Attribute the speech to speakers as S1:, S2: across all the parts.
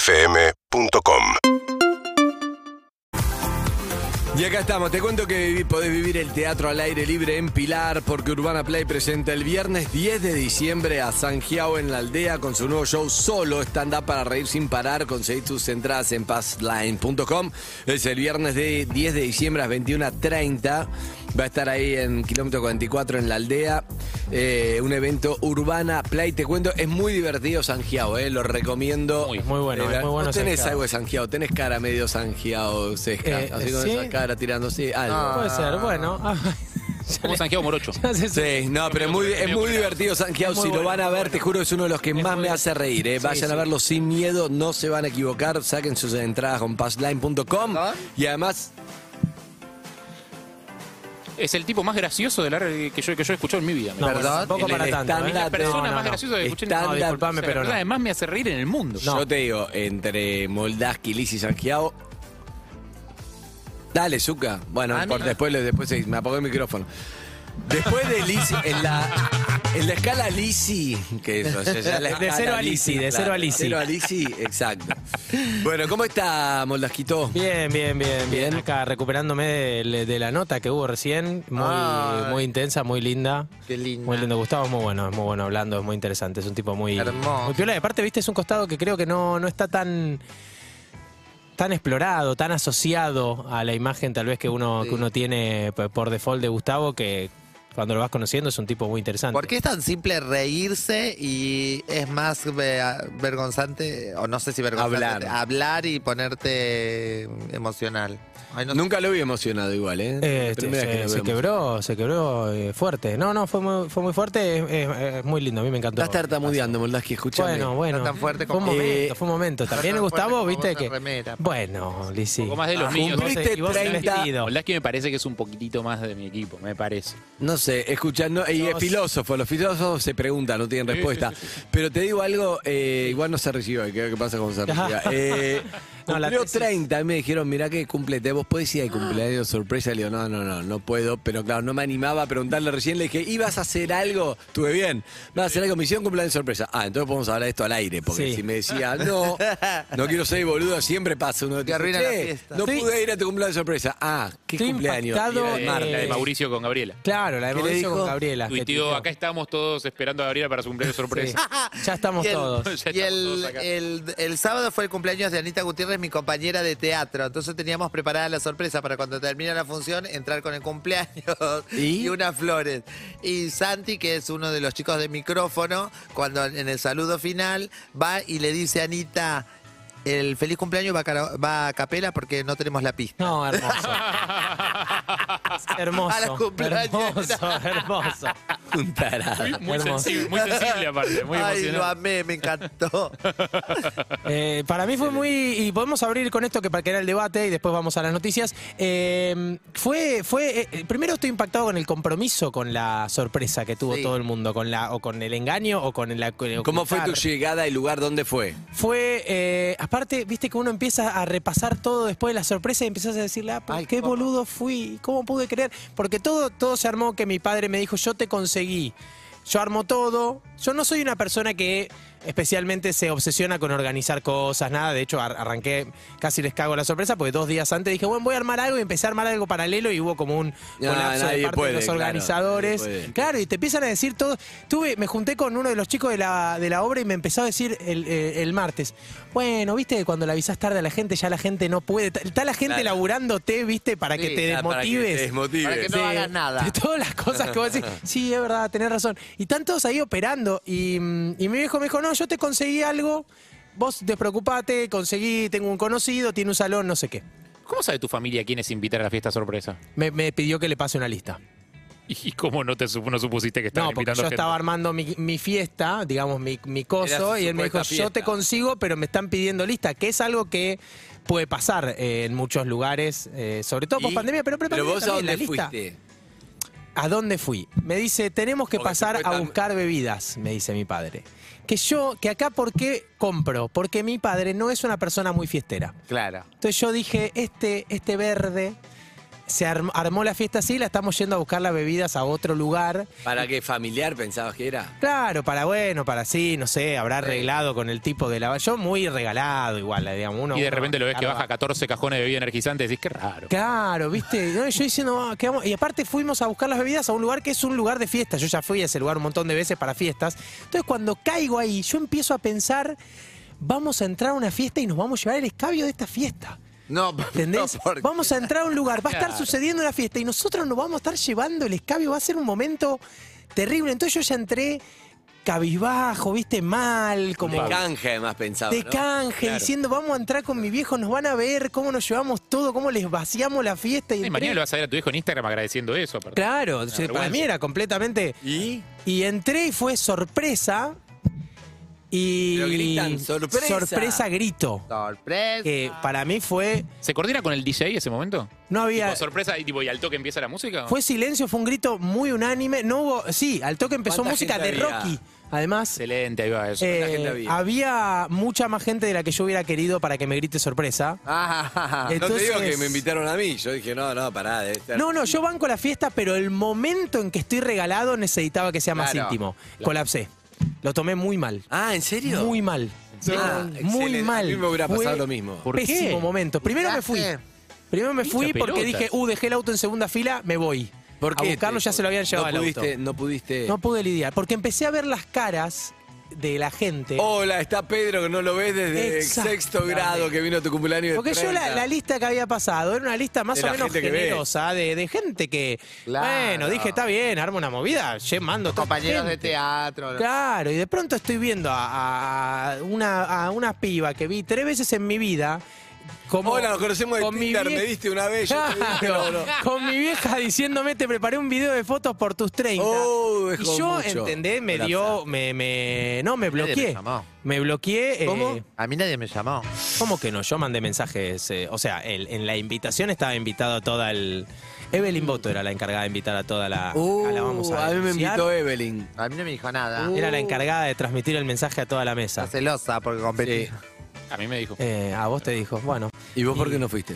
S1: UrbanaPlayFM.com
S2: Y acá estamos, te cuento que viví- podés vivir el teatro al aire libre en Pilar porque Urbana Play presenta el viernes 10 de diciembre a San Giao en la aldea con su nuevo show solo, stand-up para reír sin parar, conseguís tus entradas en passline.com. Es el viernes de 10 de diciembre a las 21.30, va a estar ahí en kilómetro 44 en la aldea, eh, un evento Urbana Play, te cuento, es muy divertido San Giao, eh, lo recomiendo.
S3: Muy, muy bueno, es
S2: la-
S3: muy bueno
S2: ¿vos tenés
S3: San Giao.
S2: algo de sanjeado, tenés cara medio sanjeado, sesca,
S3: Eh,
S2: así con
S3: ¿sí?
S2: esa cara tirando, sí, algo.
S3: Puede ser, bueno. Ah, ya
S4: Como
S3: le-
S4: San Diego Morocho.
S3: ya se-
S2: Sí, no, pero es muy, es muy divertido Sanjeado.
S3: muy
S2: Si lo
S3: bueno,
S2: van a
S3: muy
S2: ver, te juro, es uno de los que más me hace reír. eh. Vayan a verlo sin miedo, no se van a equivocar. Saquen sus entradas con passline.com.
S3: ¿Ah?
S2: Y además,
S4: Es el tipo más gracioso del área que yo, que yo he escuchado en mi vida.
S3: No,
S4: La
S2: ¿verdad?
S3: tampoco
S2: El
S3: para tanto,
S2: stand-up
S3: ¿eh?
S2: de-
S3: La
S4: persona
S3: no, no,
S4: más
S3: no.
S4: graciosa que escuché en mi
S2: Estándar-
S4: vida.
S2: No,
S3: disculpame,
S4: O sea,
S3: pero
S4: la verdad,
S3: no.
S4: Además me hace reír en el mundo.
S3: No.
S2: yo te digo, entre Moldaski, Liz y Sanjeado. Dale, Zuka. Bueno,
S4: Ah,
S2: por-
S4: mira.
S2: después, le- después se- me apagó el micrófono. Después de Lizzy, en la, en la escala Lizzy, que es, o sea, ya la
S3: De
S2: escala
S3: cero a Lizzy, de cero a Lizzy.
S2: Cero a Lizzy, exacto. Bueno, ¿cómo está Moldasquito?
S3: Bien, bien, bien, bien.
S2: Bien.
S3: Acá recuperándome de, de la nota que hubo recién, muy,
S5: Ay.
S3: muy intensa, muy linda.
S5: Qué linda.
S3: Muy lindo, Gustavo es muy bueno, es muy bueno hablando, es muy interesante, es un tipo muy,
S5: Hermoso.
S3: muy piola. Y aparte, viste, es un costado que creo que no, no está tan tan explorado, tan asociado a la imagen tal vez que uno, que uno tiene p- por default de Gustavo, que cuando lo vas conociendo es un tipo muy interesante.
S5: ¿Por qué es tan simple reírse y es más ve- vergonzante, o no sé si vergonzante,
S2: Hablar.
S5: hablar y ponerte emocional? Ay, no sé.
S2: Nunca lo vi emocionado igual, ¿eh?
S3: Eh,
S2: La primera vez
S3: se,
S2: que lo
S3: se
S2: veo
S3: quebró, se quebró eh, fuerte. No, no, fue muy, fue muy fuerte, es, es- es muy lindo, a mí me encantó.
S2: Estás tartamudeando, Moldaski, escúchame.
S3: Bueno, bueno.
S5: No tan fuerte
S3: fue un
S5: como-
S3: momento,
S2: Eh,
S3: fue un momento. También
S5: tan fuerte
S3: Gustavo,
S5: como
S3: viste
S5: una
S3: que.
S5: remera.
S3: Bueno, Lisi.
S4: Un poco más de los
S2: Ah,
S4: míos.
S2: cumpliste
S3: Y vos tenés
S2: 30.
S3: vestido.
S4: La que me parece que es un poquitito más de mi equipo, me parece.
S2: No sé, escuchando, y es
S3: Sos-
S2: filósofo, los filósofos se preguntan, no tienen respuesta. Pero te digo algo, eh, igual no se recibió, hay que ver qué pasa con se reciba. Eh,
S3: No, la
S2: cumplió
S3: tesis.
S2: 30 y me dijeron, mirá que cumplete, vos podés ir al cumpleaños sorpresa. Le digo, no, no, no, no puedo, pero claro, no me animaba a preguntarle recién, le dije, ¿ibas a hacer algo? Estuve bien, vas a hacer algo, misión cumpleaños sorpresa. Ah, entonces podemos hablar de esto al aire, porque
S3: Sí.
S2: si me decía, no, no quiero ser boludo, siempre pasa uno de
S5: Te arruina la fiesta.
S2: No
S3: Sí.
S2: pude ir a tu cumpleaños sorpresa. Ah, ¿qué
S3: Estoy
S2: cumpleaños? Y
S3: impactado,
S2: era
S4: Eh,
S2: de
S3: eh,
S2: Marta.
S4: la de Mauricio con Gabriela.
S3: Claro, la de
S2: ¿Qué le
S3: Mauricio
S2: dijo?
S3: con Gabriela. que
S4: Tuiteó,
S3: tuiteó.
S4: acá estamos todos esperando a Gabriela para su cumpleaños
S3: Sí. Ah,
S4: sorpresa.
S3: Ya estamos
S5: Y el-
S3: todos.
S4: Ya
S5: Y
S4: estamos
S5: el,
S4: todos acá.
S5: el- el sábado fue el cumpleaños de Anita Gutiérrez, mi compañera de teatro. Entonces teníamos preparada la sorpresa para cuando termine la función entrar con el cumpleaños
S2: ¿Y?
S5: y, unas flores. Y Santi, que es uno de los chicos de micrófono, cuando en el saludo final va y le dice a Anita. El feliz cumpleaños va a, cara- va a capela porque no tenemos la pista.
S3: No, hermoso. hermoso.
S5: A la cumpleaños.
S3: Hermoso, hermoso.
S2: Un tarado.
S4: Muy- Muy
S3: Hermoso.
S4: sensible, muy sensible aparte, muy
S5: Ay, lo
S4: emocionante.
S5: amé, me encantó.
S3: Eh, para mí fue muy. Y podemos abrir con esto que para que era el debate y después vamos a las noticias. Eh, fue. fue eh, primero estoy impactado con el compromiso, con la sorpresa que tuvo
S5: Sí.
S3: todo el mundo, con la, o con el engaño o con la. con el
S2: ¿Cómo fue tu
S3: ocultar.
S2: llegada y lugar? ¿Dónde fue?
S3: Fue, eh, aparte, viste que uno empieza a repasar todo después de la sorpresa y empiezas a decirle, ah, ¿por
S5: Ay,
S3: qué
S5: cómo.
S3: boludo fui? ¿Cómo pude creer? Porque todo, todo se armó que mi padre me dijo, yo te conseguí. Yo armo todo. Yo no soy una persona que especialmente se obsesiona con organizar cosas, nada. De hecho, ar- arranqué, casi les cago la sorpresa, porque dos días antes dije, bueno, voy a armar algo y empecé a armar algo paralelo y hubo como un
S2: No,
S3: colapso de
S2: nadie
S3: parte
S2: puede,
S3: de los
S2: claro,
S3: organizadores.
S2: nadie puede.
S3: Claro, y te empiezan a decir todo. Tuve, me junté con uno de los chicos de la, de la obra y me empezó a decir el, eh, el martes. Bueno, viste, cuando le avisás tarde a la gente, ya la gente no puede. Está está la gente
S2: Claro.
S3: laburándote, viste, para que
S5: Sí,
S3: te
S2: Ah, para que
S3: desmotives.
S2: te desmotives.
S5: Para que no
S3: Sí.
S5: hagas nada.
S3: De todas las cosas que vos decís, sí, es verdad, tenés razón. Y están todos ahí operando. Y, mm, y mi viejo me dijo, no, yo te conseguí algo, vos despreocupate, conseguí, tengo un conocido, tiene un salón, no sé qué.
S4: ¿Cómo sabe tu familia quiénes invitar a la fiesta sorpresa?
S3: Me, me pidió que le pase una lista.
S4: ¿Y cómo no te sup- no supusiste que estaban
S3: No, porque
S4: invitando
S3: yo
S4: gente?
S3: estaba armando mi, mi fiesta, digamos, mi, mi coso,
S2: Era su
S3: y él me dijo,
S2: supuesta
S3: yo te
S2: fiesta".
S3: consigo, pero me están pidiendo lista, que es algo que puede pasar eh, en muchos lugares, eh, sobre todo post pandemia, pero
S2: Pero
S3: prepandemia
S2: vos a
S3: también,
S2: dónde
S3: la lista.
S2: fuiste.
S3: ¿A dónde fui? Me dice, tenemos que
S2: Porque
S3: pasar
S2: se fue
S3: a
S2: tan-
S3: buscar bebidas, me dice mi padre. Que yo, que acá, ¿por qué compro? Porque mi padre no es una persona muy fiestera.
S5: Claro.
S3: Entonces yo dije, este, este verde se arm- armó la fiesta así, la estamos yendo a buscar las bebidas a otro lugar.
S2: ¿Para qué familiar pensabas que era?
S3: Claro, para bueno, para sí, no sé, habrá arreglado con el tipo de la... Yo muy regalado igual, digamos. Uno,
S4: y de
S3: uno
S4: repente lo ves que
S3: arma-
S4: baja 14 cajones de bebida energizante y decís, qué raro.
S3: Claro, viste, No, yo diciendo, ah, ¿qué vamos? y aparte fuimos a buscar las bebidas a un lugar que es un lugar de fiestas, yo ya fui a ese lugar un montón de veces para fiestas, entonces cuando caigo ahí, yo empiezo a pensar, vamos a entrar a una fiesta y nos vamos a llevar el escabio de esta fiesta.
S5: No,
S3: ¿Entendés?
S5: no, porque-
S3: Vamos a entrar a un lugar, va a estar
S4: Claro.
S3: sucediendo una fiesta y nosotros nos vamos a estar llevando el escabio, va a ser un momento terrible. Entonces yo ya entré cabizbajo, viste, mal, como
S2: de canje además pensaba.
S3: de
S2: ¿no?
S3: canje, diciendo vamos a entrar con mi viejo, nos van a ver cómo nos llevamos todo, cómo les vaciamos la fiesta. Y
S4: Y mañana lo vas a ver a tu hijo en Instagram agradeciendo eso. aparte.
S3: Claro, se- para
S4: vergüenza.
S3: mí era completamente...
S2: ¿Y?
S3: Y entré y fue sorpresa y...
S2: Pero gritan, "Sorpresa".
S3: Sorpresa, grito.
S5: Sorpresa.
S3: Que para mí fue...
S4: ¿Se coordina con el DJ ese momento?
S3: No había...
S4: Tipo, sorpresa y, tipo, y al toque empieza la música.
S2: Ah.
S3: Fue silencio, fue un grito muy unánime. No hubo. Sí, al toque empezó
S2: ¿Cuánta
S3: música de
S2: gente había?
S3: Rocky. Además,
S4: Excelente, ahí va eso.
S3: eh,
S2: ¿Cuánta gente había?
S3: había? mucha más gente de la que yo hubiera querido para que me grite sorpresa.
S5: Ah,
S3: Eh,
S2: no te digo que
S3: entonces-
S2: me invitaron a mí. Yo dije, no, no, pará. debe estar-
S3: No, no, yo banco la fiesta, pero el momento en que estoy regalado necesitaba que sea más
S5: Claro.
S3: íntimo. Colapsé. Lo tomé muy mal.
S2: Ah, ¿en serio?
S3: Muy mal.
S2: Ah,
S3: muy
S2: excelente.
S3: mal.
S2: A mí me hubiera
S3: Fue
S2: pasado lo mismo.
S4: ¿Por qué?
S3: pésimo momento. Primero me fui.
S5: ¿Usaste?
S3: Primero me fui
S4: Hincha
S3: porque
S4: pelotas.
S3: dije, uh, dejé el auto en segunda fila, me voy.
S2: ¿Por qué
S3: A buscarlo
S2: te-
S3: ya se lo habían llevado al
S2: no
S3: auto.
S2: pudiste, No pudiste.
S3: No pude lidiar, porque empecé a ver las caras de la gente.
S2: Hola, está Pedro, que no lo ves desde el
S3: Exactamente.
S2: sexto grado que vino a tu cumpleaños. de
S3: Porque yo la,
S2: 30.
S3: la lista que había pasado era una lista más
S2: De
S3: o
S2: la
S3: menos
S2: gente que ve.
S3: generosa de, de gente que,
S5: Claro.
S3: bueno, dije, está bien, armo una movida, yo mando toda esta
S5: Compañeros de
S3: gente".
S5: teatro.
S3: Claro, y de pronto estoy viendo a, a una, a una piba que vi tres veces en mi vida. Como,
S2: Hola, nos conocemos de
S3: con mi
S2: Tinder,
S3: vie-
S2: me diste una vez. yo te di-
S3: Claro,
S2: no, no.
S3: Con mi vieja diciéndome, te preparé un video de fotos por tus 30.
S2: Oh,
S3: y
S2: dejó
S3: yo,
S2: mucho.
S3: ¿entendés? Me
S2: Colapsa.
S3: dio, me, me, no, me
S5: Nadie me
S3: bloqueé.
S5: llamó.
S3: Me bloqueé. eh,
S5: ¿Cómo? A mí nadie me llamó.
S3: ¿Cómo que no? Yo mandé mensajes. eh, o sea, el- en la invitación estaba invitado a toda el. Evelyn Boto era la encargada de invitar a toda la. a la vamos
S2: Uh,
S3: a
S2: a mí me
S3: denunciar.
S2: invitó Uh. Evelyn.
S5: A mí no me dijo nada.
S3: Uh. Era la encargada de transmitir el mensaje a toda la mesa.
S5: Está celosa porque competí.
S2: Sí.
S4: A mí me dijo.
S3: Eh, a vos te dijo, bueno,
S2: ¿Y vos por qué no fuiste?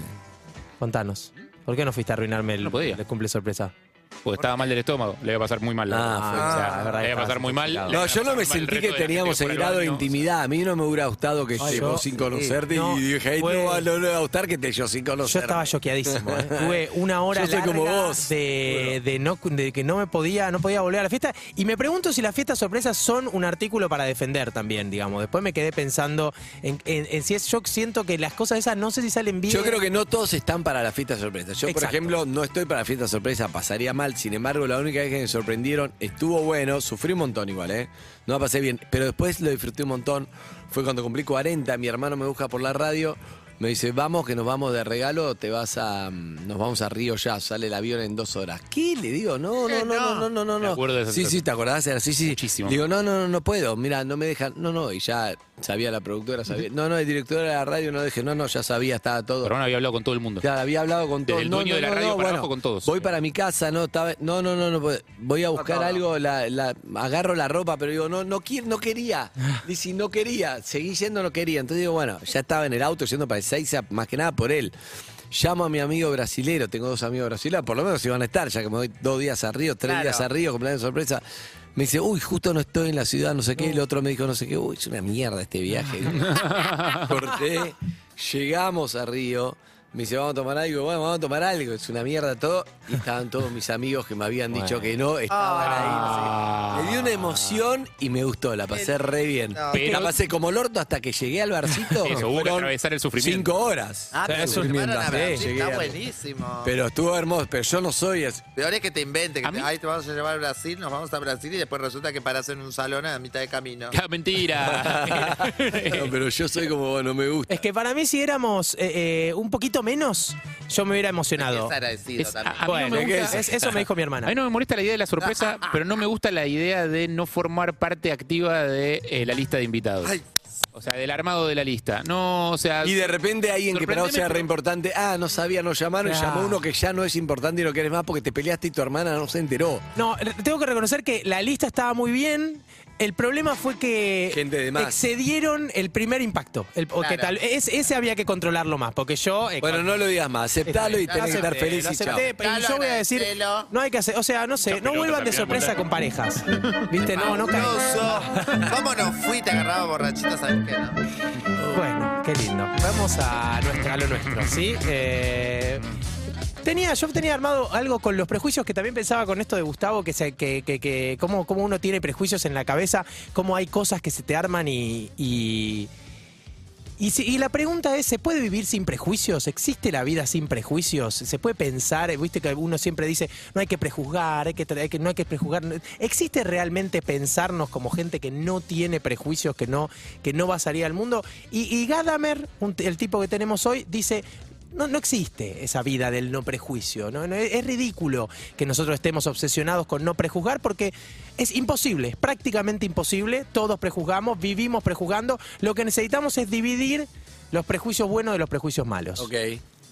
S3: contanos. ¿Por qué no fuiste a arruinarme el,
S4: No podía.
S3: el cumple sorpresa?
S4: Porque estaba mal del estómago. Le iba a pasar muy mal. la
S2: Ah,
S4: verdad.
S2: fue-
S4: O sea,
S3: ah, es verdad
S4: le
S3: que
S4: iba a pasar
S3: estabas
S4: muy mal.
S3: intoxicado.
S4: le iba
S2: No,
S4: a
S2: yo no
S4: pasar
S2: me
S4: mal el
S2: sentí que
S4: resto de la gente
S2: teníamos
S4: fue
S2: el
S4: al
S2: grado de
S4: baño.
S2: intimidad. A mí no me hubiera gustado que
S3: Ay,
S2: te-
S3: yo-
S2: vos sin conocerte
S3: no,
S2: y dije, "Ay,
S3: fue-
S2: no, va- no le va a gustar que te yo sin
S3: Yo
S2: conocer.
S3: estaba choqueadísimo. ¿eh? Tuve una hora
S2: Yo soy
S3: larga
S2: como vos.
S3: De, de no, de que no me podía, no podía volver a la fiesta. Y me pregunto si las fiestas sorpresas son un artículo para defender también, digamos. Después me quedé pensando en, en- en si es. Yo siento que las cosas esas no sé si salen bien.
S2: Yo creo que no todos están para la fiesta sorpresa. Yo, por
S3: Exacto.
S2: ejemplo, no estoy para la fiesta sorpresa, pasaría mal. Sin embargo, la única vez que me sorprendieron estuvo bueno, sufrí un montón igual, ¿eh? No la pasé bien, pero después lo disfruté un montón. Fue cuando cumplí 40, mi hermano me busca por la radio, me dice, vamos, que nos vamos de regalo, te vas a. mm, Nos vamos a Río ya, sale el avión en dos horas. ¿Qué? Le digo, no, no, no, no, no, no. no.
S4: Me acuerdo de esa
S2: sí, sí, ¿te acordás? Era, sí, sí.
S4: Muchísimo.
S2: Digo, no, no, no, no puedo. Mira, no me dejan. No, no. Y ya sabía la productora, sabía. No, no, el director de la radio no dejé. No, no, ya sabía, estaba todo.
S4: Pero no había hablado con todo el mundo.
S2: Claro, había hablado con
S4: Desde
S2: todos.
S4: el
S2: No,
S4: dueño
S2: no,
S4: de la
S2: no,
S4: radio
S2: no,
S4: para
S2: bueno,
S4: abajo con todos.
S2: Voy para mi casa, no, estaba- no, no, no, no, puedo. voy a buscar algo, la, la- agarro la ropa, pero digo, no, no, quiero, no quería. Dice, no quería, seguí yendo, no quería. Entonces digo, bueno, ya estaba en el auto yendo para el Seiza, más que nada por él. Llamo a mi amigo brasilero, tengo dos amigos brasileños, por lo menos iban a estar, ya que me voy dos días a Río, tres días a Río, cumpleaños de sorpresa. Me dice, uy, justo no estoy en la ciudad, no sé qué. El otro me dijo, no sé qué, uy, es una mierda este viaje. Corté, llegamos a Río. Me dice, vamos a tomar algo. Bueno, vamos a tomar algo. Es una mierda todo. Y estaban todos mis amigos que me habían dicho que no. Estaban
S3: ah,
S5: Ah.
S2: ahí. no sé qué. Me dio una emoción y me gustó. La pasé re bien.
S4: Pero-
S2: la pasé como el orto hasta que llegué al barcito.
S4: Eso, hubo que
S2: fueron
S4: atravesar el sufrimiento.
S2: Cinco horas.
S5: Ah, pero
S2: Sí,
S5: se
S2: mientras
S5: llevaron a Brasil,
S2: llegué
S5: está
S2: al-
S5: buenísimo.
S2: Pero estuvo hermoso. Pero yo no soy así.
S5: Peor es que te invente, que
S4: A
S5: te-
S4: mí-
S5: ay, te vamos a llevar a Brasil, nos vamos a Brasil y después resulta que paras en un salón a la mitad de camino.
S4: Ah, mentira.
S2: No, pero yo soy como, bueno, me gusta.
S3: Es que para mí, si éramos eh, eh, un poquito menos, yo me hubiera emocionado.
S5: Desagradecido
S4: Es-
S5: también.
S4: a- a mí no
S3: Bueno,
S4: me gusta-
S3: es- eso me dijo mi hermana.
S4: A mí no me molesta la idea de la sorpresa, pero no me gusta la idea de no formar parte activa de eh, la lista de invitados.
S5: Ay.
S4: O sea, del armado de la lista. No, o sea.
S2: Y de repente alguien que para vos
S4: Sorprendeme,
S2: sea re
S4: pero-
S2: importante, ah, no sabía, no llamaron, y
S3: Claro.
S2: llamó uno que ya no es importante y no querés más porque te peleaste y tu hermana no se enteró.
S3: No, re- tengo que reconocer que la lista estaba muy bien. El problema fue que
S2: Gente de más.
S3: excedieron el primer impacto. El- o que
S5: Claro.
S3: tal, es- ese había que controlarlo más, porque yo... eh,
S2: Bueno,
S3: con-
S2: no lo digas más. Aceptalo y
S3: Lo
S2: tenés que estar
S3: acepté,
S2: feliz
S3: lo
S2: y chao.
S3: acepté, pero
S5: Dalo,
S3: yo voy a decir,
S5: agradecelo.
S3: no hay que hacer, o sea, no sé,
S6: Mucha
S3: no
S6: pelota
S3: vuelvan de
S6: también,
S3: sorpresa
S6: boludo.
S3: con parejas. ¿Viste? No, no caen.
S5: Maravilloso. ¿Cómo no fui? Te agarraba borrachita, ¿sabes qué? No?
S3: Bueno, qué lindo. Vamos a, nuestra- a lo nuestro, ¿sí? Eh, tenía, yo tenía armado algo con los prejuicios que también pensaba con esto de Gustavo, que, se, que, que, que cómo, cómo uno tiene prejuicios en la cabeza, cómo hay cosas que se te arman y... y y, si- y la pregunta es, ¿se puede vivir sin prejuicios? ¿Existe la vida sin prejuicios? ¿Se puede pensar? eh, Viste que uno siempre dice, no hay que prejuzgar, hay que, tra- hay que- no hay que prejuzgar. ¿Existe realmente pensarnos como gente que no tiene prejuicios, que no, que no va a salir al mundo? Y, y Gadamer, un t- el tipo que tenemos hoy, dice... No, no existe esa vida del no prejuicio. ¿no? No, es es ridículo que nosotros estemos obsesionados con no prejuzgar porque es imposible, es prácticamente imposible. Todos prejuzgamos, vivimos prejuzgando. Lo que necesitamos es dividir los prejuicios buenos de los prejuicios malos.
S2: Ok.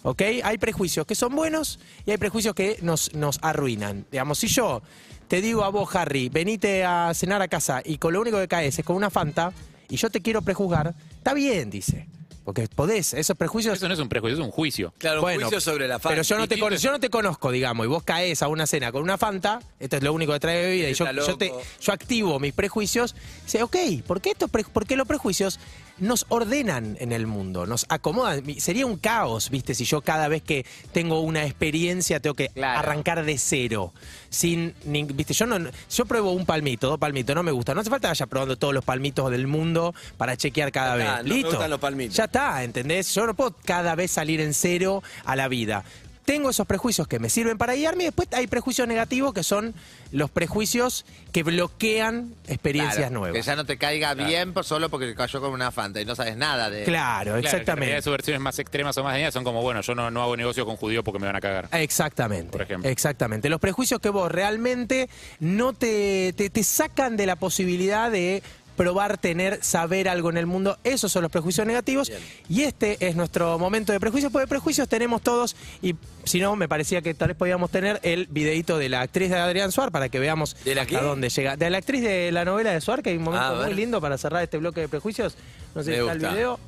S3: ¿Ok? Hay prejuicios que son buenos y hay prejuicios que nos, nos arruinan. Digamos, si yo te digo a vos, Harry, venite a cenar a casa y con lo único que caes es con una Fanta y yo te quiero prejuzgar, está bien, dice. Porque podés, esos prejuicios...
S6: Eso no es un prejuicio, es un juicio.
S2: Claro, un
S3: Bueno,
S2: juicio sobre la fama.
S3: Pero yo no, te con- yo no te conozco, digamos, y vos caes a una cena con una Fanta, esto es lo único que trae bebida, y yo,
S2: Este Está
S3: yo, te-
S2: loco.
S3: yo activo mis prejuicios, dice, ok, ¿por qué, estos pre- por qué los prejuicios nos ordenan en el mundo, nos acomodan? Mi- Sería un caos, viste, si yo cada vez que tengo una experiencia tengo que
S4: Claro.
S3: arrancar de cero, sin, nin- viste, yo no, yo pruebo un palmito, dos palmitos, no me gusta, no hace falta que vaya probando todos los palmitos del mundo para chequear cada
S2: Ya está,
S3: vez,
S2: no me
S3: listo,
S2: gustan los palmitos.
S3: Ya ya está, ¿entendés? Yo no puedo cada vez salir en cero a la vida. Tengo esos prejuicios que me sirven para guiarme y después hay prejuicios negativos que son los prejuicios que bloquean experiencias
S5: Claro, Que
S3: nuevas.
S5: ya no te caiga bien por- solo porque cayó con una Fanta y no sabes nada de...
S3: Claro,
S6: Claro, que en realidad
S3: exactamente.
S6: sus versiones más extremas o más dañadas son como, bueno, yo no, no hago negocio con judíos porque me van a cagar.
S3: Exactamente.
S6: Por ejemplo.
S3: Exactamente. Los prejuicios que vos realmente no te, te, te sacan de la posibilidad de probar, tener, saber algo en el mundo. Esos son los prejuicios negativos. Y este es nuestro momento de prejuicios, porque prejuicios tenemos todos. Y si no, me parecía que tal vez podíamos tener el videito de la actriz de Adrián Suar para que veamos
S2: ¿De la
S3: hasta
S2: qué?
S3: dónde llega. De la actriz de la novela de Suar, que hay un
S2: Ah,
S3: momento
S2: a ver.
S3: muy lindo para cerrar este bloque de prejuicios. No sé
S2: Me
S3: si está el
S2: gusta.
S3: video.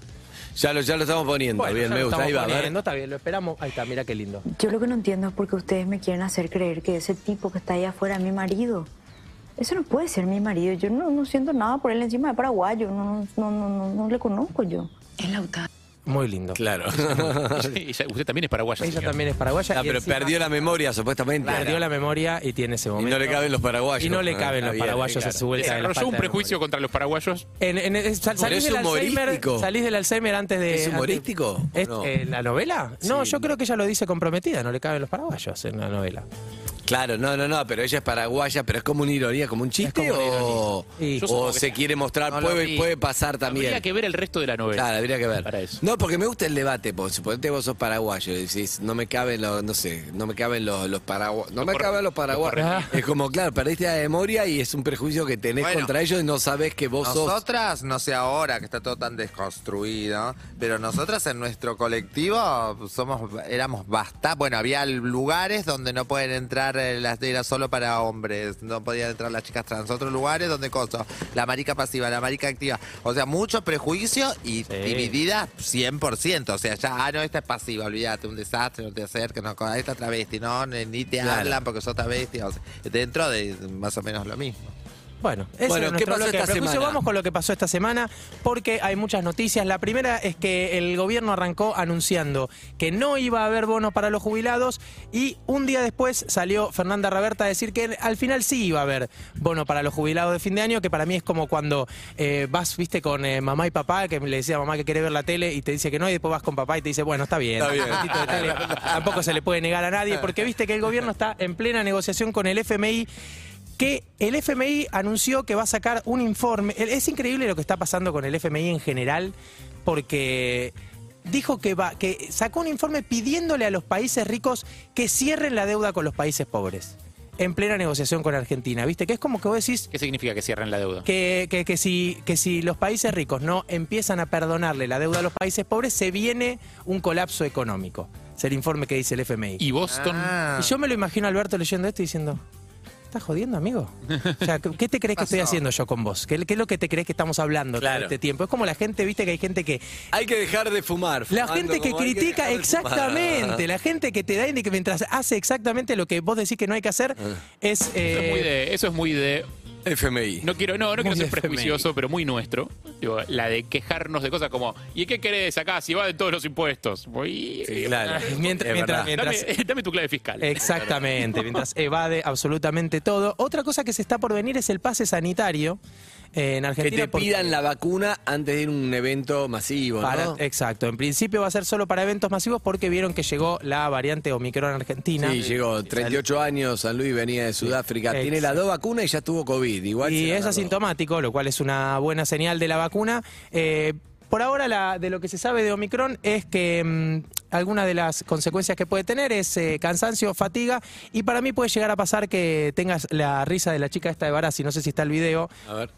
S2: Ya lo, ya lo estamos poniendo.
S3: Bueno,
S2: bien,
S3: ya
S2: me
S3: lo
S2: gusta. Ahí
S3: estamos
S2: va, a ver.
S3: poniendo, Está bien, lo esperamos. Ahí está, mira qué lindo.
S7: Yo lo que no entiendo es por qué ustedes me quieren hacer creer que ese tipo que está allá afuera es mi marido. Eso no puede ser mi marido. Yo no, no siento nada por él encima de paraguayo. No, no, no, no, no le conozco yo.
S3: Muy lindo.
S2: Claro.
S6: Y ya- usted también es paraguayo.
S3: Ella
S6: señor.
S3: también es paraguaya.
S2: Ah,
S3: y
S2: pero
S3: encima
S2: perdió la memoria, supuestamente.
S3: perdió la memoria y tiene ese
S2: Y
S3: momento.
S2: no le caben los paraguayos.
S3: Y no le
S2: Ah,
S3: caben
S2: está
S3: los
S2: bien,
S3: paraguayos
S2: claro.
S3: a su vuelta. de la
S6: Desarrolló
S3: falta
S6: un
S3: de
S6: prejuicio contra los paraguayos.
S3: memoria. En, en- es- sal-
S2: Pero
S3: salís,
S2: es
S3: del Alzheimer,
S2: humorístico.
S3: salís del Alzheimer antes de.
S2: ¿Es
S3: antes-
S2: humorístico o
S3: ¿Es-
S2: no?
S3: eh, ¿La novela? No, yo creo que ella lo dice comprometida, no le caben los paraguayos en la novela.
S2: Claro, no, no, no, pero ella es paraguaya, pero es como una ironía, como un chiste
S3: como una
S2: o,
S3: ironía. Sí.
S2: o
S6: Yo supongo que
S2: se
S6: sí.
S2: quiere mostrar,
S5: No lo
S2: puede,
S5: vi.
S2: puede pasar también.
S6: Habría que ver el resto de la novela.
S2: Claro, habría que ver.
S6: Para eso.
S2: No, porque me gusta el debate, porque suponete vos sos paraguayo y decís, no me caben los, no sé, no me caben los, los paraguayos, no me caben los paraguayos. Es como, claro, perdiste la memoria y es un prejuicio que tenés
S5: Bueno.
S2: contra ellos y no sabés que vos sos...
S5: Nosotras, no sé ahora que está todo tan desconstruido, pero nosotras en nuestro colectivo somos, éramos basta. Bueno, había lugares donde no pueden entrar eh, las era solo para hombres, no podían entrar las chicas trans, otros lugares donde cosas, la marica pasiva, la marica activa. O sea, mucho prejuicio y dividida 100%. O sea, ya, ah, no, esta es pasiva, olvídate, un desastre, no te acerques, no, con esta travesti, no, ni ni te
S2: Claro.
S5: hablan porque sos travesti. O sea, dentro de más o menos lo mismo.
S3: Bueno, ese
S2: Bueno,
S3: era
S2: ¿qué
S3: nuestro
S2: pasó
S3: bloque de
S2: esta
S3: prejuicios.
S2: semana?
S3: Vamos con lo que pasó esta semana, porque hay muchas noticias. La primera es que el gobierno arrancó anunciando que no iba a haber bonos para los jubilados y un día después salió Fernanda Raberta a decir que al final sí iba a haber bono para los jubilados de fin de año, que para mí es como cuando eh, vas, viste, con eh, mamá y papá, que le decía a mamá que quiere ver la tele y te dice que no, y después vas con papá y te dice, bueno, está bien,
S2: Está bien.
S3: un ratito de tele, tampoco se le puede negar a nadie, porque viste que el gobierno está en plena negociación con el FMI que el FMI anunció que va a sacar un informe. El- Es increíble lo que está pasando con el FMI en general, porque dijo que va, que sacó un informe pidiéndole a los países ricos que cierren la deuda con los países pobres, en plena negociación con Argentina. ¿Viste? Que es como que vos decís,
S6: ¿Qué significa que cierren la deuda?
S3: que, que- que si, que si los países ricos no empiezan a perdonarle la deuda a los países pobres, se viene un colapso económico. Es el informe que dice el FMI.
S6: Y Boston.
S5: Ah.
S3: Y yo me lo imagino a Alberto leyendo esto y diciendo, estás jodiendo, amigo? O sea, ¿qué- ¿qué te crees que estoy
S5: Pasó.
S3: haciendo yo con vos? ¿Qué, qué es lo que te crees que estamos hablando
S8: Claro.
S3: todo este tiempo? Es como la gente, viste que hay gente que...
S2: Hay que dejar de fumar.
S3: La
S2: fumando,
S3: gente que
S2: como hay
S3: critica,
S2: dejar de fumar.
S3: exactamente, la gente que te da indica mientras hace exactamente lo que vos decís que no hay que hacer, es...
S4: Eso es
S3: eh,
S4: muy de- eso es muy de
S2: FMI.
S4: No quiero, no, no quiero
S3: Muy
S4: ser
S3: FMI.
S4: prejuicioso, pero muy nuestro. Digo, la de quejarnos de cosas como, ¿y qué querés acá si va de todos los impuestos? Voy- eh,
S2: Sí, claro.
S3: Mientras-
S2: Es
S3: mientras-
S2: verdad.
S4: Dame, eh,
S3: mientras, Eh,
S4: dame tu clave fiscal.
S3: Exactamente, mientras evade absolutamente todo. Otra cosa que se está por venir es el pase sanitario eh, en
S2: Que
S3: Argentina.
S2: te
S3: porque-
S2: pidan la vacuna antes de ir a un evento masivo, ¿no?
S3: para- Exacto, en principio va a ser solo para eventos masivos porque vieron que llegó la variante Omicron en Argentina.
S2: Sí, llegó, 38 años, San Luis venía de Sudáfrica,
S3: Sí,
S2: tiene las dos vacunas y ya tuvo COVID. Igual se
S3: y
S2: la
S3: es
S2: agarró.
S3: asintomático, lo cual es una buena señal de la vacuna. Eh, por ahora, la- de lo que se sabe de Omicron es que mm, alguna de las consecuencias que puede tener es eh, cansancio, fatiga, y para mí puede llegar a pasar que tengas la risa de la chica esta de Barassi, no sé si está el video,
S2: A ver,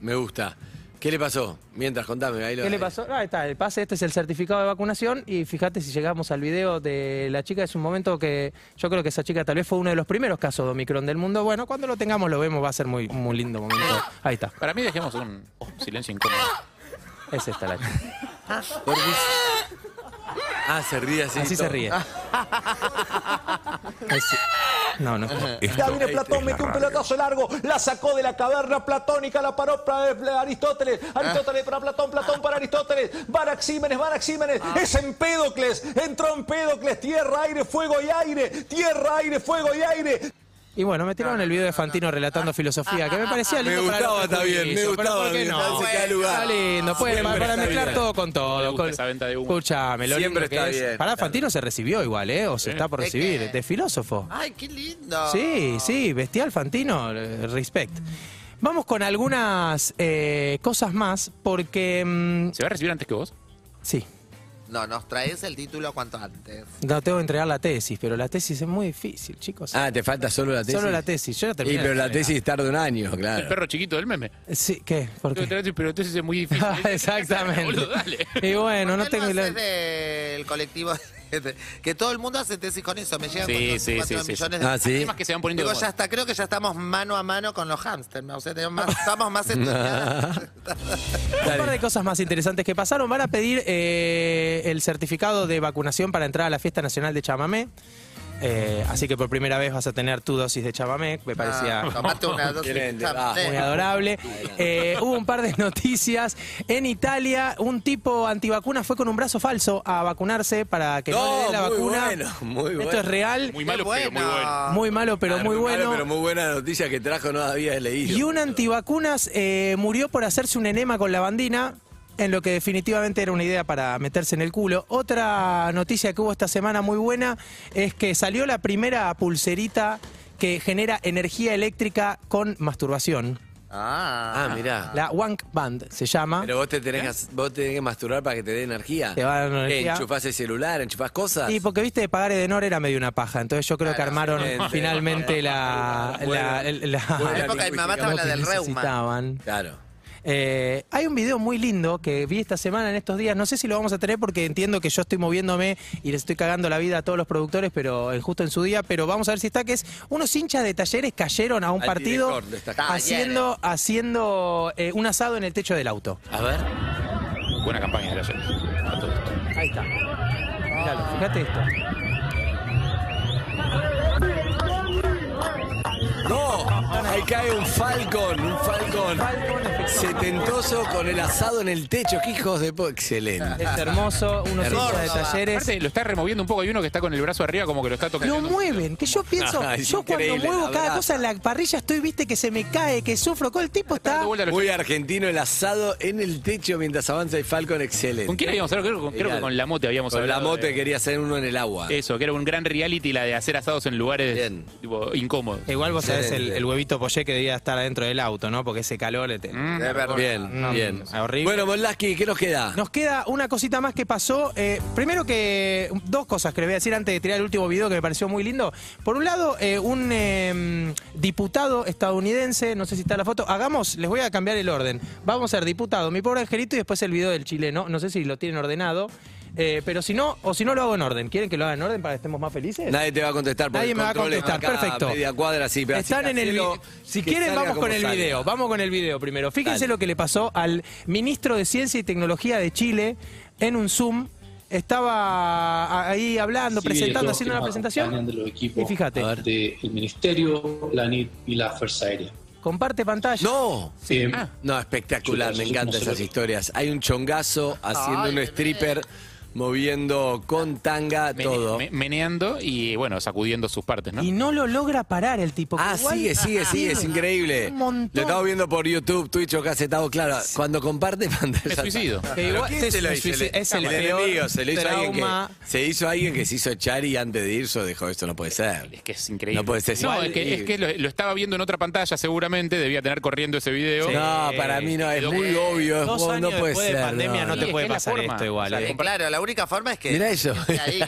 S2: me gusta. ¿Qué le pasó? Mientras, contame. Ahí lo-
S3: ¿Qué le pasó? Ah, ahí está, el pase, este es el certificado de vacunación y fíjate si llegamos al video de la chica, es un momento que yo creo que esa chica tal vez fue uno de los primeros casos de Omicron del mundo. Bueno, cuando lo tengamos lo vemos, va a ser muy, muy lindo momento. Ahí está,
S4: Para mí dejemos un silencio incómodo.
S3: es esta la chica.
S2: Porque- Ah, se ríe así. Ah,
S3: Así
S2: todo.
S3: se ríe. Es- No, no.
S9: Ya viene Platón, metió un pelotazo largo, la sacó de la caverna platónica, la paró para eh, Aristóteles, Aristóteles para Platón, Platón para Aristóteles, Baraxímenes, Baraxímenes, es Empédocles, entró Empédocles, tierra, aire, fuego y aire, tierra, aire, fuego y aire.
S3: Y bueno, me tiraron el video de Fantino relatando filosofía, que me parecía
S2: Me
S3: lindo. Ah, para
S2: gustaba,
S3: los
S2: está bien, me
S3: prejuicios, pero
S2: gustaba,
S3: ¿por qué
S2: bien,
S3: no?
S2: está en cada lugar.
S3: Está lindo, pues,
S2: Siempre
S3: para, para
S2: está
S3: mezclar
S2: bien.
S3: todo con
S4: Me
S3: todo.
S4: gusta
S3: Con,
S4: esa venta de humo.
S3: Escuchame, lo
S2: Siempre
S3: lindo que
S2: está
S3: es.
S2: bien,
S3: Pará,
S2: claro.
S3: Fantino se recibió igual, ¿eh? O se está por
S5: ¿De
S3: recibir,
S5: qué?
S3: de filósofo.
S5: Ay, qué lindo.
S3: Sí, sí, bestial Fantino, eh, respect. Vamos con algunas eh, cosas más, porque... mm,
S4: ¿Se va a recibir antes que vos?
S3: sí,
S5: No, nos traes el título cuanto antes.
S3: no tengo que entregar la tesis, pero la tesis es muy difícil, chicos.
S2: Ah, te falta solo la tesis.
S3: Solo la tesis, yo la
S2: Y
S3: terminé.
S2: pero la
S3: de entregar.
S2: tesis tarda un año,
S4: El
S2: claro.
S4: perro chiquito del meme.
S3: Sí, ¿qué? ¿Por qué?
S4: Pero entonces es muy difícil.
S3: Exactamente.
S4: Boludo, dale.
S3: Y bueno, no
S5: ¿Por qué
S3: tengo...
S5: lo
S3: la-
S5: haces del colectivo. de- que todo el mundo hace tesis con eso. Me llegan
S4: Sí,
S5: cuatro-
S4: sí,
S5: cuatro
S4: sí, sí,
S5: millones de
S2: Ah, sí.
S4: Temas que se van poniendo
S5: Digo,
S4: de
S5: ya
S4: moda.
S5: está, creo que ya estamos mano a mano con los hamsters, ¿no? O sea, tenemos más- estamos más estudiados.
S3: Un par de cosas más interesantes que pasaron. Van a pedir eh, el certificado de vacunación para entrar a la Fiesta Nacional de Chamamé. Eh, así que por primera vez vas a tener tu dosis de chamamé. Me parecía
S5: Ah, tomate una dosis.
S2: Quieren,
S5: de
S2: va.
S5: hamster.
S3: muy adorable. Eh, hubo un par de noticias. En Italia, un tipo antivacuna fue con un brazo falso a vacunarse para que no, le den la
S2: muy
S3: vacuna.
S2: bueno, muy bueno.
S3: Esto es real.
S4: Muy malo, pero muy
S5: Bueno.
S4: bueno.
S3: Muy malo, pero muy
S2: Claro,
S3: bueno.
S2: Pero muy buena noticia que trajo, no había leído.
S3: Y un antivacunas eh, murió por hacerse un enema con lavandina, en lo que definitivamente era una idea para meterse en el culo. Otra noticia que hubo esta semana muy buena es que salió la primera pulserita que genera energía eléctrica con masturbación.
S5: Ah,
S2: Ah, mirá.
S3: La Wank Band se llama.
S2: Pero vos te, tenés que, vos te tenés que masturbar para que te dé energía.
S3: Te va a dar energía.
S2: ¿Qué, ¿Enchufás el celular? ¿Enchufás cosas?
S3: Y porque viste, pagar Edenor era medio una paja. Entonces yo creo que armaron
S2: excelente.
S3: finalmente la. la, el- la-
S5: en la
S2: Buena
S5: época de mi
S2: lingüística.
S5: mamá estaba la
S3: lo que
S5: del reuma.
S3: necesitaban.
S2: Claro.
S3: Eh, hay un video muy lindo que vi esta semana en estos días. No sé si lo vamos a tener porque entiendo que yo estoy moviéndome y les estoy cagando la vida a todos los productores, pero eh, justo en su día. Pero vamos a ver si está, que es unos hinchas de talleres cayeron a un
S2: Al
S3: partido
S2: director de esta Ah,
S5: casa.
S3: haciendo, haciendo eh, un asado en el techo del auto.
S2: A ver.
S4: Buena campaña, gracias. A todos.
S3: Ahí está. Míralo, fíjate esto.
S2: ¡No! Ahí cae un falcón, un falcón.
S3: Falcon, efectivamente.
S2: Setentoso con el asado en el techo. ¡Qué hijos de po! Excelente.
S3: Es hermoso, unos hinchas de talleres.
S4: Aparte, lo está removiendo un poco. Hay uno que está con el brazo arriba como que lo está tocando.
S3: Lo mueven, que yo pienso,
S2: Ah, es
S3: yo cuando
S2: increíble,
S3: muevo
S2: la
S3: cada
S2: verdad.
S3: cosa en la parrilla estoy, viste, que se me cae, que sufro, con el tipo está...
S4: Está dando vuelta a los-
S2: Muy argentino el asado en el techo mientras avanza el falcón. Excelente.
S4: ¿Con quién habíamos hablado? Creo, creo que con la mote habíamos
S2: Con la
S4: hablado.
S2: mote
S4: de- Eh,
S2: quería hacer uno en el agua.
S4: Eso, que era un gran reality la de hacer asados en lugares
S2: Bien.
S4: tipo, incómodos.
S3: Igual vos sabés el,
S2: Excelente.
S3: el huevito pollé que debía estar adentro del auto, ¿no? Porque ese calor... te-
S2: De verdad. Bien,
S3: No,
S2: bien.
S3: es horrible.
S2: Bueno, Molaski, ¿qué nos queda?
S3: Nos queda una cosita más que pasó. Eh, primero que dos cosas que le voy a decir antes de tirar el último video que me pareció muy lindo. Por un lado, eh, un eh, diputado estadounidense, no sé si está la foto, hagamos, les voy a cambiar el orden. Vamos a ser diputado, mi pobre angelito y después el video del chileno, no sé si lo tienen ordenado. Eh, pero si no, o si no lo hago en orden. ¿Quieren que lo haga en orden para que estemos más felices?
S2: Nadie te va a contestar. porque
S3: Nadie
S2: el
S3: me va a
S2: control es
S3: contestar,
S2: acá,
S3: perfecto.
S2: Media cuadra, sí, pero
S3: Están
S2: así
S3: en el
S2: hacelo
S3: video. Si
S2: que
S3: quieren,
S2: salga
S3: vamos con
S2: como
S3: el
S2: salga.
S3: video. Vamos con el video primero. Fíjense
S2: Dale.
S3: lo que le pasó al ministro de Ciencia y Tecnología de Chile en un Zoom. Estaba ahí hablando, presentando, haciendo una presentación. Y fíjate,
S8: el Ministerio, la NIT y la Fuerza Aérea. Eh,
S3: comparte pantalla.
S2: No.
S3: Ah.
S2: No, espectacular, me encantan esas historias. Hay un chongazo haciendo un stripper, moviendo con tanga
S4: Mene-
S2: todo.
S4: me- meneando y bueno, sacudiendo sus partes, ¿no?
S3: Y no lo logra parar el tipo.
S2: Ah,
S3: Igual-
S2: sigue, sigue, sigue, es increíble.
S3: Un
S2: Lo
S3: montón.
S2: estamos viendo por YouTube, Twitch o casetado, claro. Cuando comparte pantalla.
S4: Me suicido.
S3: Que
S2: Pero
S3: igual
S2: ¿quién
S3: te-
S2: se lo
S3: me
S2: hizo?
S3: suicid- es el peor
S2: enemigo, se lo hizo alguien
S3: trauma.
S2: que se hizo alguien que se hizo echar y antes de irse dijo esto no puede ser.
S4: Es que es increíble.
S2: No puede ser.
S4: No,
S2: Igual-
S4: es que, es que lo, lo estaba viendo en otra pantalla seguramente, debía tener corriendo ese video.
S2: No, para mí no es
S4: Quedó-
S2: muy obvio, es
S3: Dos
S2: vos, no
S3: años
S2: puede
S3: después de
S2: ser.
S3: pandemia no,
S4: Sí,
S3: te
S4: es que
S3: puede
S4: es la
S3: pasar
S4: forma.
S3: esto igual.
S4: O sea,
S3: eh.
S5: Eh, claro, la única forma es que.
S2: Mirá eso.
S5: esté ahí.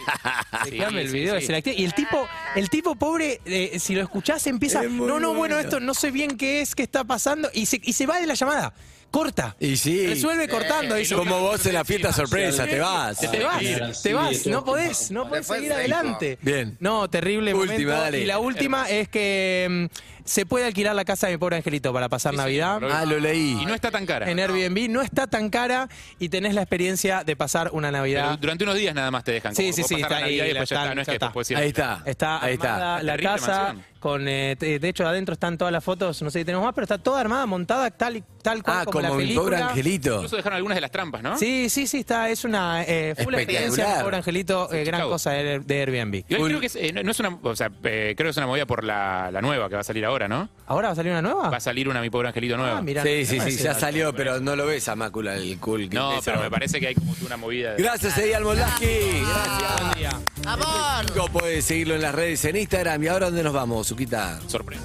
S3: Dame el
S4: sí,
S3: video
S4: sí.
S3: de Selecti- Y el tipo, el tipo pobre, eh, si lo escuchás, empieza.
S2: Es muy
S3: no, no,
S2: bueno.
S3: bueno, esto no sé bien qué es, qué está pasando. Y se, y se va de la llamada. Corta.
S2: Y sí.
S3: Resuelve
S4: Eh,
S3: cortando. dice,
S2: Eh, Como vos en la fiesta sorpresa, te vas.
S3: te vas, te vas, no podés, no podés
S5: Después
S3: seguir
S5: se
S3: adelante.
S2: dijo. Bien.
S3: No, terrible
S2: Última,
S3: momento.
S2: dale.
S3: Y la última es que mm, se puede alquilar la casa de mi pobre angelito para pasar Navidad.
S2: Ah, lo leí.
S4: Y no está tan cara.
S3: En Airbnb no está tan cara y tenés la experiencia de pasar una
S4: Pero
S3: Navidad.
S4: durante unos días nada más te dejan.
S3: Sí,
S4: como
S3: sí,
S4: vos
S3: sí,
S4: pasás
S3: está ahí,
S4: la Navidad
S3: la
S4: y después ya
S3: están,
S4: está, no es
S3: ya
S4: que
S3: está.
S4: después
S2: Ahí está.
S3: Está
S2: Ahí está.
S3: armada la
S4: Terrible
S3: casa
S4: mansión.
S3: con eh, te- de hecho adentro están todas las fotos, no sé si tenemos más, pero está toda armada, montada tal y tal cual
S2: Ah,
S3: como,
S2: como
S3: la
S2: mi
S3: película.
S2: pobre angelito.
S4: Incluso dejaron algunas de las trampas, ¿no?
S3: Sí, sí, sí, está es una eh, full experiencia,
S2: Espectacular.
S3: mi pobre angelito, eh,
S4: Sí,
S3: gran
S4: Chicago.
S3: cosa de, de Airbnb.
S4: Igual creo que es, eh, no, no es una, o sea, eh, creo que es una movida por la, la nueva que va a salir ahora, ¿no?
S3: ¿Ahora va a salir una nueva?
S4: Va a salir una mi pobre angelito nueva.
S3: Ah, mirá,
S2: Sí, sí,
S3: no
S2: sí,
S3: sé.
S2: ya salió, pero no lo ves a Mácula el cool. que
S4: no,
S2: empieza
S4: pero me
S2: ahora.
S4: parece que hay como una movida. de-
S2: Gracias, Eyal Molaski. Gracias.
S3: Buen día.
S5: ¡Amor!
S2: Puedes seguirlo en las redes en Instagram. ¿Y ahora dónde nos vamos, Suquita?
S4: sorpresa.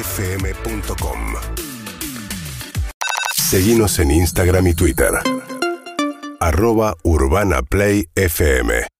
S1: UrbanaPlayFM.com Seguimos en Instagram y Twitter. Arroba UrbanaPlayFM